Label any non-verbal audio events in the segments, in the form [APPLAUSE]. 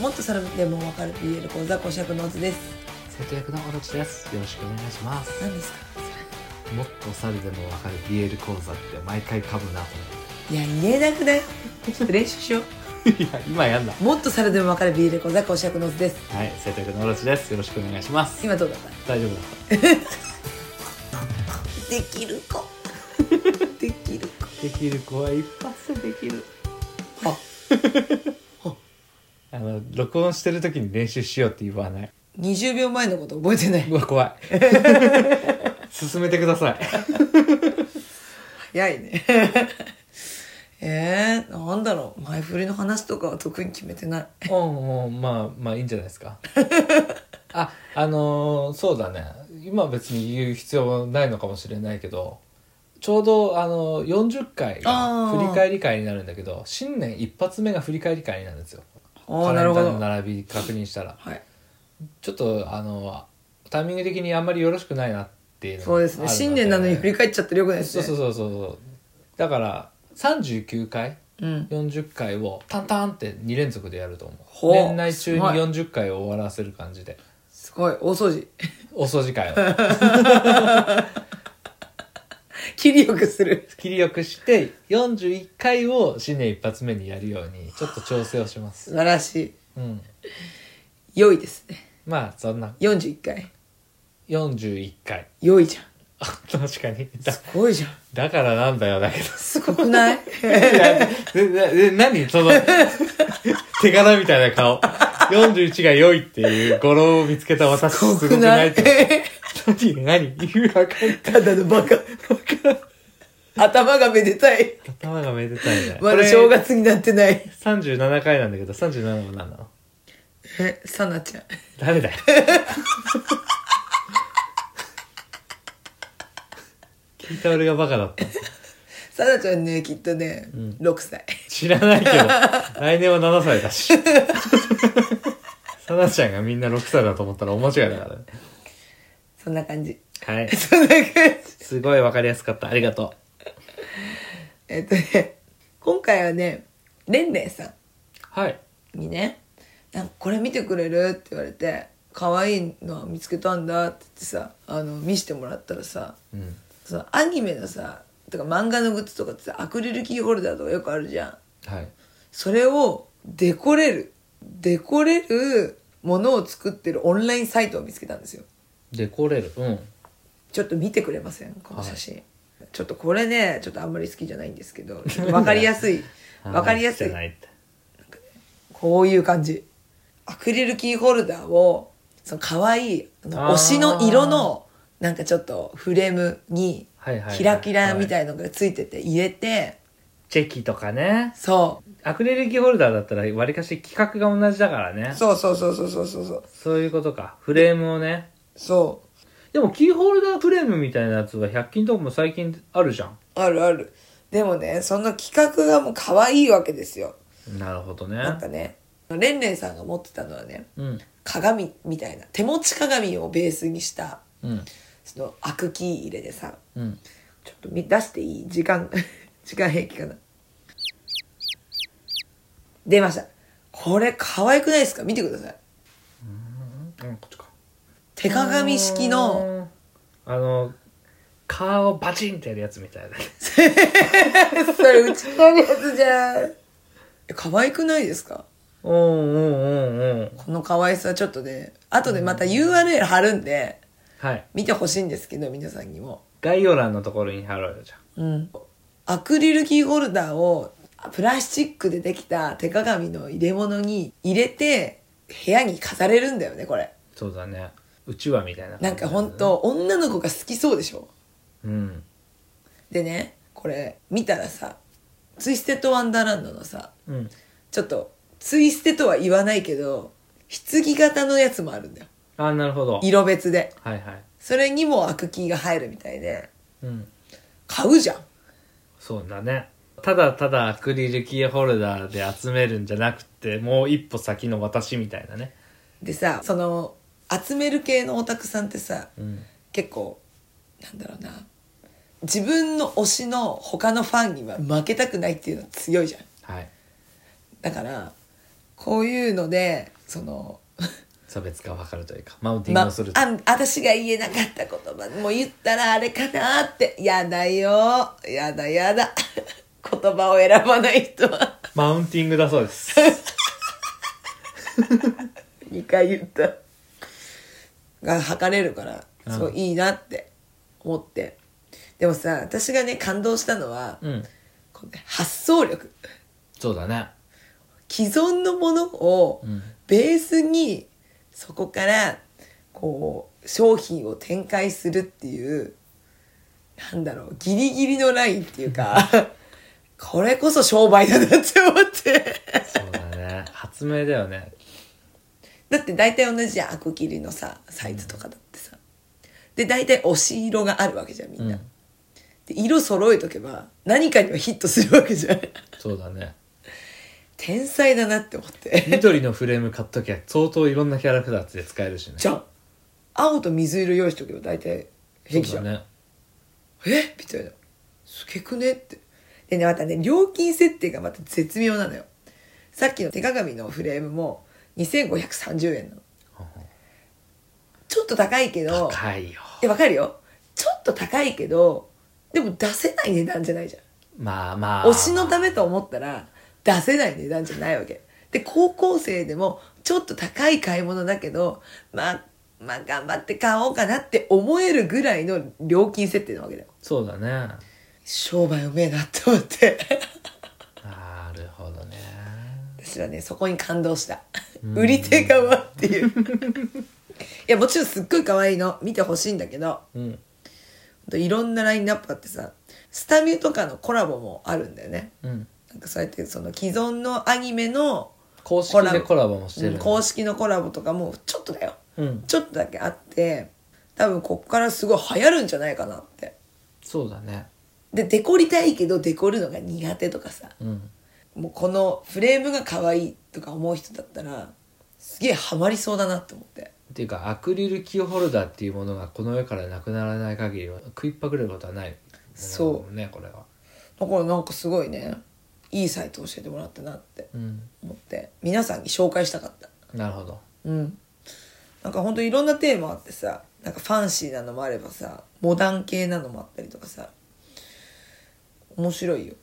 もっとサラでもわかる BL 講座講師役のオズです瀬戸役のオロチですよろしくお願いします何ですかもっと猿でもわかる BL 講座って毎回噛むなといや言えなくないちょっと練習しよ思って [LAUGHS] いや今やんなう [LAUGHS] もっとサラでもわかる BL 講座講師役のオズですはい瀬戸役のオロチですよろしくお願いします今どうだった大丈夫だっできる子 [LAUGHS] できる子たできる子は一発でできるああの録音してる時に練習しようって言わない20秒前のこと覚えてないうわ [LAUGHS] 怖い進めてください早いね [LAUGHS] えー、なんだろう前振りの話とかは特に決めてないうんうんまあまあいいんじゃないで [LAUGHS] すかああのーそうだね今別に言う必要はないのかもしれないけどちょうど、あのー、40回があー振り返り会になるんだけど新年一発目が振り返り会になるんですよああなるほカレンどダーの並び確認したらはいちょっとあのータイミング的にあんまりよろしくないなっていうのそうですあねるの新年なのに振り返っちゃってるよくないですそうねそううそうそうそうだから39回そう、ん、 40回をタンタンって2連続でやると思ほうう年内中にすごい40回を終わらせる感じですごい大掃除 [LAUGHS] お掃除会を切りよくする切りよくして41回を新年一発目にやるようにちょっと調整をします素晴らしうんい良いですねまあそんな41回41回良いじゃん [LAUGHS] 確かにだすごいじゃんだからなんだよだけ [LAUGHS] どすごくないいやででで何その手柄みたいな顔41が良いっていう語呂を見つけた私すごく [LAUGHS] ないって何何 [LAUGHS] 意味わかんないただのバカ頭がめでたい頭がめでたいねまだこれ正月になってない37回なんだけど37は何なのえさなちゃん誰だよ [LAUGHS] 聞いた俺がバカだったさなちゃんねきっとね、6歳知らないけど来年は7歳だしさなちゃんがみんな6歳だと思ったら大間違いだからねそんな感じはいそんな感じすごいわかりやすかったありがと [LAUGHS] えっとね今回はねれんれんさんうはいにね「なんかこれ見てくれる?」って言われて「可愛いの見つけたんだ」って言ってさあの見してもらったらさうんそのアニメのさとか漫画のグッズとかってさアクリルキーホルダーとかよくあるじゃんはいそれをデコれるデコれるものを作ってるオンラインサイトを見つけたんですよデコレルうんちょっと見てくれませんこの写真、ちょっとこれねちょっとあんまり好きじゃないんです [LAUGHS] けどちょっと分かりやすい分かりやすあーいじゃないってこういう感じ。アクリルキーホルダーを、その可愛い、あのあー推しの色の、なんかちょっとフレームにはいはいは、いキラキラみたいのがついてて入れて、チェキとかねそアクリルキーホルダーだったらわりかし規格が同じだからねう。そうそうそうそうそうそうそう。そういうことか。フレームをね。そでもキーホルダーフレームみたいなやつは100均とかも最近あるじゃん。う。あるある。でもね、その企画がもう可愛いわけですよ。なるほどなんね。かね、レンレンさんが持ってたのはね、うん。鏡みたいな、手持ち鏡をベースにした、うん。そのアクキー入れでさ、うん。ちょっと見出していい時間、 [LAUGHS] 時間平気かな。出ました。これ可愛くないですか見てください。うん、こっちか。手鏡式の、あの、顔をバチンってやるやつみたいな。 [LAUGHS] それうちのやつじゃん。 [LAUGHS] え可愛くないですか [LAUGHS] うんうんうんうん。この可愛さちょっとね、後でまた URL 貼るんで、はい。見てほしいんですけど、皆さんにも。概要欄のところに貼ろうよ、じゃうん。アクリルキーホルダーを、プラスチックでできた手鏡の入れ物に入れて、部屋に飾れるんだよね、これ。あそうだね。うちわみたいな。なんかほん。と女の子が好きそうでしょうん。でねこれ見たらさツイステッドワンダーランドのさうん。ちょっとツイステとは言わないけど棺型のやつもあるんだよあ、なるほど。はい色別ではい。それにもアクキーが入るみたいでうん。買うじゃんそうだねただただアクリルキーホルダーで集めるんじゃなくてもう一歩先の私みたいなねでさその集める系のオタクさんってさうん結構なんだろうな自分の推しの他のファンには負けたくないっていうの強いじゃんはいだからこういうのでその差別化を図るというかマウンティンまグをする、あん私が言えなかった言葉も言ったらあれかなってやだよやだやだ [LAUGHS] 言葉を選ばない人はマウンティングだそうです2回言ったが測れるからすごいいいなって思ってでもさ私がね感動したのは、うんこうね発想力そうだね既存のものをんベースにそこからこう商品を展開するっていうなんだろうギリギリのラインっていう [LAUGHS] かこれこそ商売だなって思ってそうだね発明だよねだって大体同じじゃんアクキリのさサイズとかだってさで大体推し色があるわけじゃんみんな、うんで色揃えとけば何かにはヒットするわけじゃんそうだね天才だなって思って緑のフレーム買っときゃ相当いろんなキャラクターで使えるしねじゃん青と水色用意しとけば大体平気じそゃ、うんだねえみたいなすげくねってでねまたね料金設定がまた絶妙なのよさっきの手鏡のフレームも2530円なのちょっと高いけど高いよえわかるよちょっと高いけどでも出せない値段じゃないじゃんまあまあ推しのためと思ったら出せない値段じゃないわけで高校生でもちょっと高い買い物だけどまあまあ頑張って買おうかなって思えるぐらいの料金設定なわけだよそうだね商売うめえなって思って [LAUGHS] なるほどね私はねそこに感動した売り手側っていういやもちろんすっごい可愛いの見てほしいんだけどうほんんといろんなラインナップあってさスタミュとかのコラボもあるんだよねうんなんかそうやってその既存のアニメの公式でコラボもしてる、うん公式のコラボとかもちょっとだよ、うんちょっとだけあって多分こっからすごい流行るんじゃないかなってそうだねでデコりたいけどデコるのが苦手とかさうんもうこのフレームが可愛いとか思う人だったらすげえハマりそうだなって思ってっていうかアクリルキーホルダーっていうものがこの世からなくならない限りは食いっぱぐれることはないそうねこれはだからなんかすごいねいいサイト教えてもらったなってうん思って皆さんに紹介したかったなるほどうんなんかほんといろんなテーマあってさなんかファンシーなのもあればさモダン系なのもあったりとかさ面白いよ、うん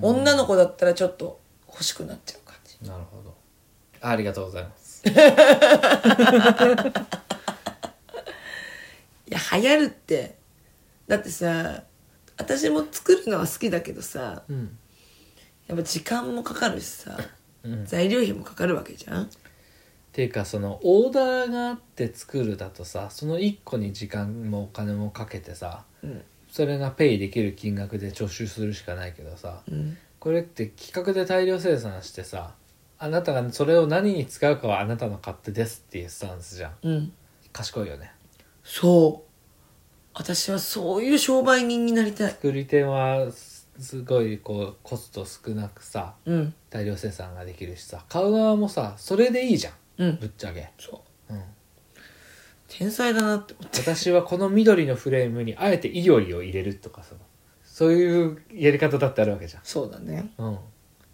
女の子だったらちょっと欲しくなっちゃう感じなるほどありがとうございますいや流行るってだってさ私も作るのは好きだけどさうんやっぱ時間もかかるしさ、うん材料費もかかるわけじゃんっていうかそのオーダーがあって作るだとさその1個に時間もお金もかけてさうんそれがペイできる金額で徴収するしかないけどさうんこれって企画で大量生産してさあなたがそれを何に使うかはあなたの勝手ですっていうスタンスじゃんうん賢いよねそう私はそういう商売人になりたい作り手はすすごいこうコスト少なくさうん大量生産ができるしさ買う側もさそれでいいじゃんうんぶっちゃけ、そううん、天才だなって思って私はこの緑のフレームにあえてイオリを入れるとかさそういうやり方だってあるわけじゃそうだねん、うん、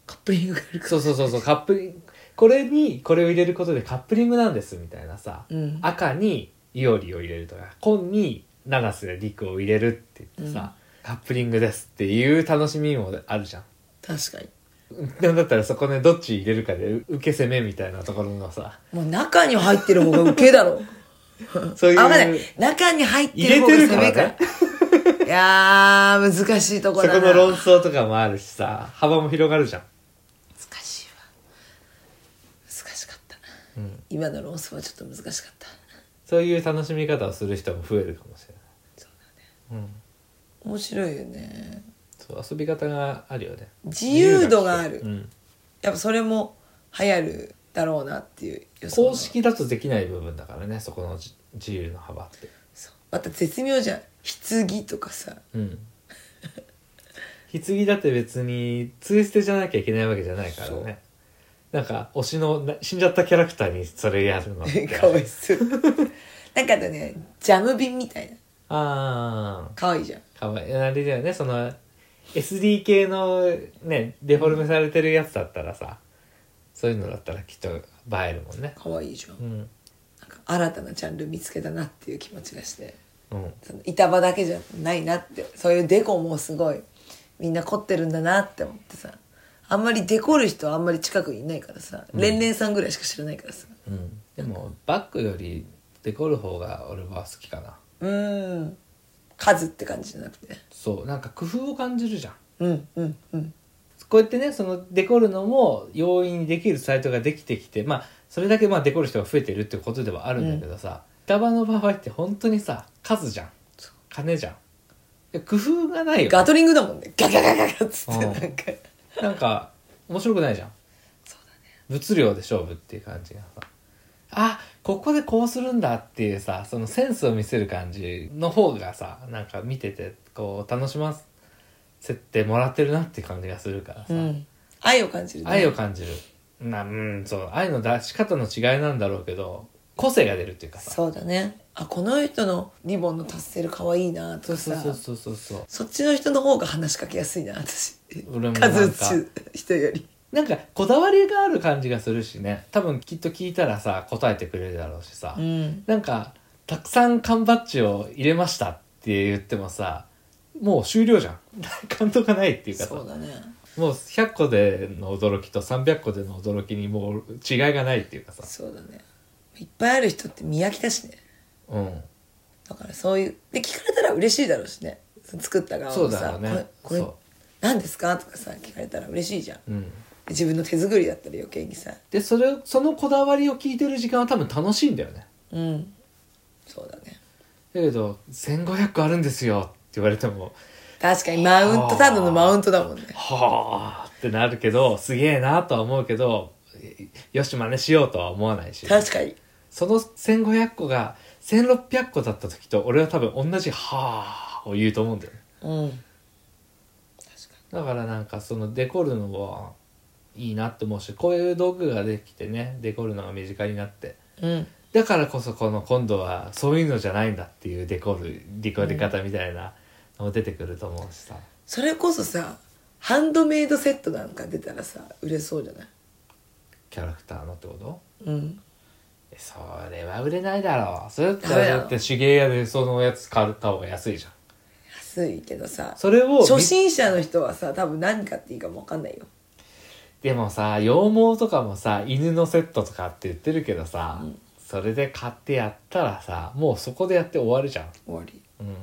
カップリングがあるかそうそうそうそうカップリングこれにこれを入れることでカップリングなんですみたいなさ、らうん赤にイオリを入れるとか紺に永瀬陸を入れるって言ってさ、カップリングですっていう楽しみもあるじゃん確かになんだったらそこねどっち入れるかで受け攻めみたいなところのさもう中に入ってる方がウケだろ [LAUGHS] そういうあわかんない中に入ってる方が攻めか入れいやー難しいとこそこだなの論争とかもあるしさ幅も広がるじゃん難しいわ難しかった、今の論争はちょっと難しかったそういう楽しみ方をする人も増えるかもしれない面白いよねそう遊び方があるよね自由度があるうん、やっぱそれも流行るだろうなっていう予想の公式だとできない部分だからねそこのじ自由の幅ってそうまた絶妙じゃん棺とかさうん [LAUGHS] 棺だって別にツイステじゃなきゃいけないわけじゃないからそうねなんか推しのな死んじゃったキャラクターにそれやるのっ [LAUGHS] てかわいそうなんかあとねジャム瓶みたいなああ可愛いじゃんかわいあれだよねその SD 系のねデフォルメされてるやつだったらさそういうのだったらきっと映えるもんね可愛いじゃんうんなんか新たなジャンル見つけたなっていう気持ちがしてうんその板場だけじゃないなってそういうデコもすごいみんな凝ってるんだなって思ってさあんまりデコる人はあんまり近くにいないからさ、連々さんぐらいしか知らないからさうんでもバッグよりデコる方が俺は好きかなうーん数って感じじゃなくてそうなんか工夫を感じるじゃんうんうんうんこうやってねそのデコるのも容易にできるサイトができてきてまあそれだけまあデコる人が増えてるってことではあるんだけどさ、板場の場合って本当にさ数じゃんそう金じゃんで工夫がないよガトリングだもんねガガガガガッつってうんなんかなんか面白くないじゃん物量で勝負っていう感じがさあここでこうするんだっていうさそのセンスを見せる感じの方がさなんか見ててこう楽しませてもらってるなって感じがするからさ、うん愛を感じるね愛を感じるなうんそう愛の出し方の違いなんだろうけど個性が出るっていうかさそうだねあこの人のリボンのタッセル可愛いなとかそうさそうそうそうそうそっちの人の方が話しかけやすいな私俺もなんか数打つ人よりなんかこだわりがある感じがするしね多分きっと聞いたらさ答えてくれるだろうしさ、うんなんかたくさん缶バッジを入れましたって言ってもさもう終了じゃん [LAUGHS] 感動がないっていうかさそうだねもう100個での驚きと300個での驚きにもう違いがないっていうかさそうだねいっぱいある人って見飽きだしねうんだからそういうで聞かれたら嬉しいだろうしねその作った側もそうださろうねこれこそれ何ですか?」とかさ聞かれたら嬉しいじゃんうん自分の手作りだったら余計にさでそれそのこだわりを聞いてる時間は多分楽しいんだよねうんそうだねだけど1500個あるんですよって言われても確かにマウンはトあただのマウントだもんねはあってなるけどすげえなとは思うけどよし真似しようとは思わないし確かにその1500個が1600個だった時と俺は多分同じ「はあ」を言うと思うんだよねうんだからなんかそのデコるのはいいなって思うしこういう道具ができてねデコるのが身近になってうんだからこそこの今度はそういうのじゃないんだっていうデコるデコり方みたいなのも出てくると思うしさ、それこそさハンドメイドセットなんか出たらさ売れそうじゃないキャラクターのってことうんえそれは売れないだろうそれだったダメらだろだって手芸屋でそのやつ買った方が安いじゃん安いけどさそれを初心者の人はさ多分何買っていいかも分かんないよでもさ羊毛とかもさ犬のセットとかって言ってるけどさ、それで買ってやったらさもうそこでやって終わるじゃん、終わりうん、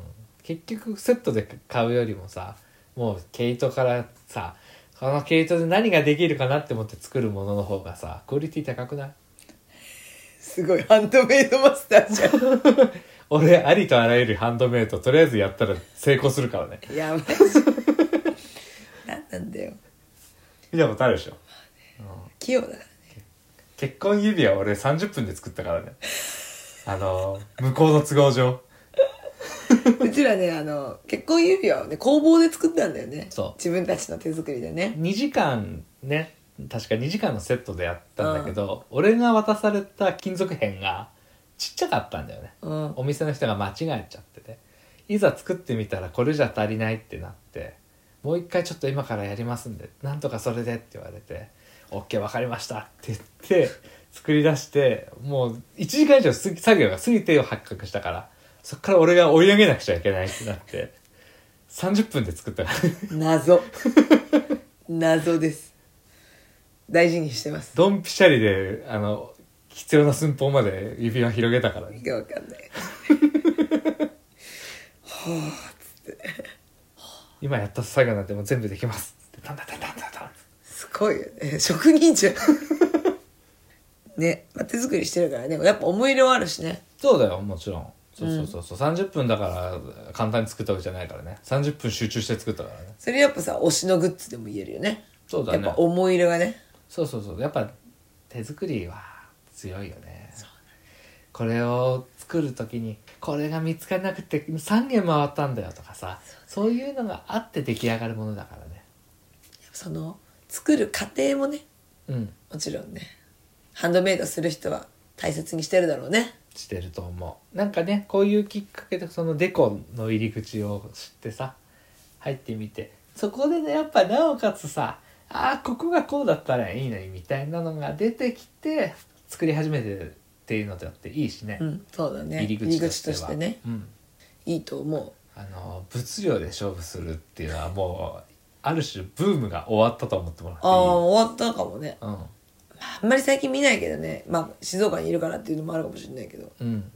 結局セットで買うよりもさもう毛糸からさこの毛糸で何ができるかなって思って作るものの方がさクオリティ高くないすごいハンドメイドマスターじゃん俺ありとあらゆるハンドメイトとりあえずやったら成功するからね [LAUGHS] やばい何なんだよ見たことあるでしょ器用だからね結婚指輪俺30分で作ったからねあの向こうの都合上うちらねあの結婚指輪をね工房で作ったんだよねそう自分たちの手作りでね2時間ね確か2時間のセットでやったんだけど、俺が渡された金属片がちっちゃかったんだよね、うんお店の人が間違えちゃってていざ作ってみたらこれじゃ足りないってなってもう一回ちょっと今からやりますんでなんとかそれでって言われて OK 分かりましたって言って作り出してもう1時間以上すぎ作業が過ぎて発覚したからそっから俺が追い上げなくちゃいけないってなって30分で作ったから [LAUGHS] 謎謎です大事にしてますドンピシャリで、あの、必要な寸法まで指輪広げたからね意。味がわかんない今やった作業なんてもう全部できます。ってタンタンタンタンタンタンすごいよね職人じゃん [LAUGHS] ね、まあ、手作りしてるからねやっぱ思い入れはあるしねそうだよ、もちろん。そうそうそうそう、30分だから簡単に作ったわけじゃないからね。30分集中して作ったからね。それやっぱさ推しのグッズでも言えるよねそうだねやっぱ思い入れがねそうそうそう。やっぱ手作りは強いよね。これを作る時に、これが見つからなくて3軒回ったんだよとかさ、そういうのがあって出来上がるものだからね。その作る過程もねうん。もちろんねハンドメイドする人は大切にしてるだろうねしてると思うなんかねこういうきっかけでそのデコの入り口を知ってさ入ってみてそこでねやっぱなおかつさあーここがこうだったらいいのにみたいなのが出てきて作り始めてるっていうのだっていいしね、うん、そうだね入り口としてはねうん、いいと思あの物量で勝負するっていうのはもうある種ブームが終わったと思ってもらっうああて終わったかもねいいあんまり最近見ないけどねまあ静岡にいるからっていうのもあるかもしれないけどうん、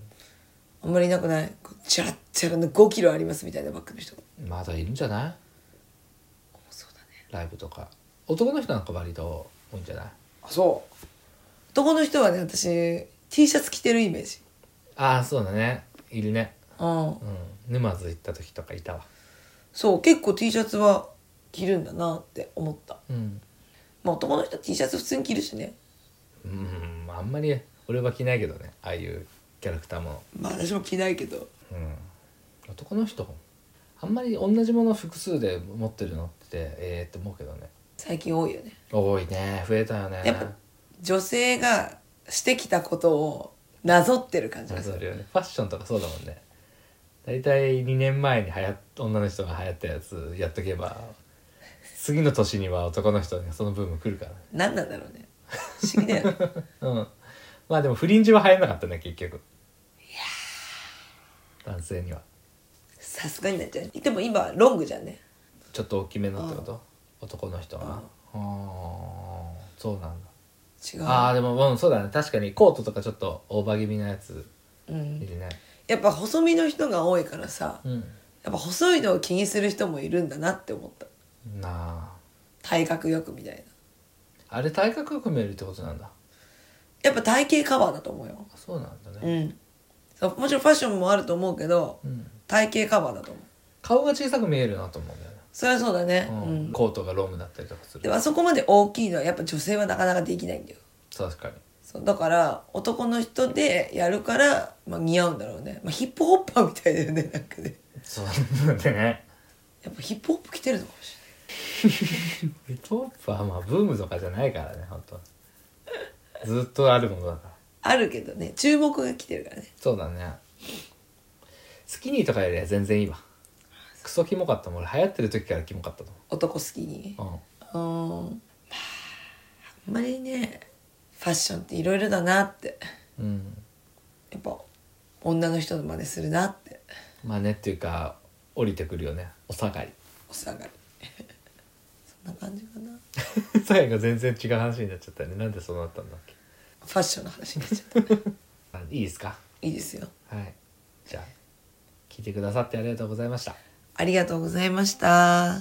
あんまりいなくないこうチャラッチャラの5キロありますみたいなバッグの人うん、まだいるんじゃないそうだねライブとか男の人なんか割と多いんじゃないあそう男の人はね私 T シャツ着てるイメージああそうだねいるね、うんうん、沼津行った時とかいたわそう結構 T シャツは着るんだなって思ったうん、まあ男の人 T シャツ普通に着るしねうん、あんまり俺は着ないけどねああいうキャラクターものまあ私も着ないけどうん、男の人あんまり同じもの複数で持ってるのってええって思うけどね最近多いよね多いね増えたよねやっぱ女性がしてきたことをなぞってる感じそがれすぞるれよねファッションとかそうだもんね大体2年前に流行っ女の人が流行ったやつやっとけば次の年には男の人がそのブーム来るからね何なんだろうね不思議だよね [LAUGHS] うんまあでもフリンジは流行んなかったね結局男性にはさすがになっちゃうでも今ロングじゃんねちょっと大きめのってこと男の人はああそうなんだ違うああでもうんそうだね確かにコートとかちょっとオーバー気味なやつういん、るねやっぱ細身の人が多いからさうんやっぱ細いのを気にする人もいるんだなって思ったなあ体格よくみたいなあれ体格よく見えるってことなんだやっぱ体型カバーだと思うよあそうなんだうねんそうもちろんファッションもあると思うけどうん、体型カバーだと思う顔が小さく見えるなと思うんだよね、それはそうだねううんん、コートがロームだったりとかすでるもあそこまで大きいのはやっぱ女性はなかなかできないんだよ確かにそうだから男の人でやるから、まあ、似合うんだろうね、まあ、ヒップホッパーみたいだよね [LAUGHS] なんかねそうなんだねやっぱヒップホップ着てるのかもしヒップホップはまあブームとかじゃないからね本当ずっとあるものだかられないあるけどね注目が来てるからねそうだねスキニーとかよりは全然いいわクソキモかったもん俺流行ってる時からキモかったと男好きに思う、うんうーんまああんまりねファッションっていろいろだなってうんやっぱ女の人の真似するなってまあねっていうか降りてくるよねお下がり [LAUGHS] お下がり [LAUGHS] そんな感じかな最後全然違う話になっちゃったよねなんでそうなったんだっけファッションの話になっちゃったあいいですかいいですよはいじゃあ聞いてくださってありがとうございましたありがとうございました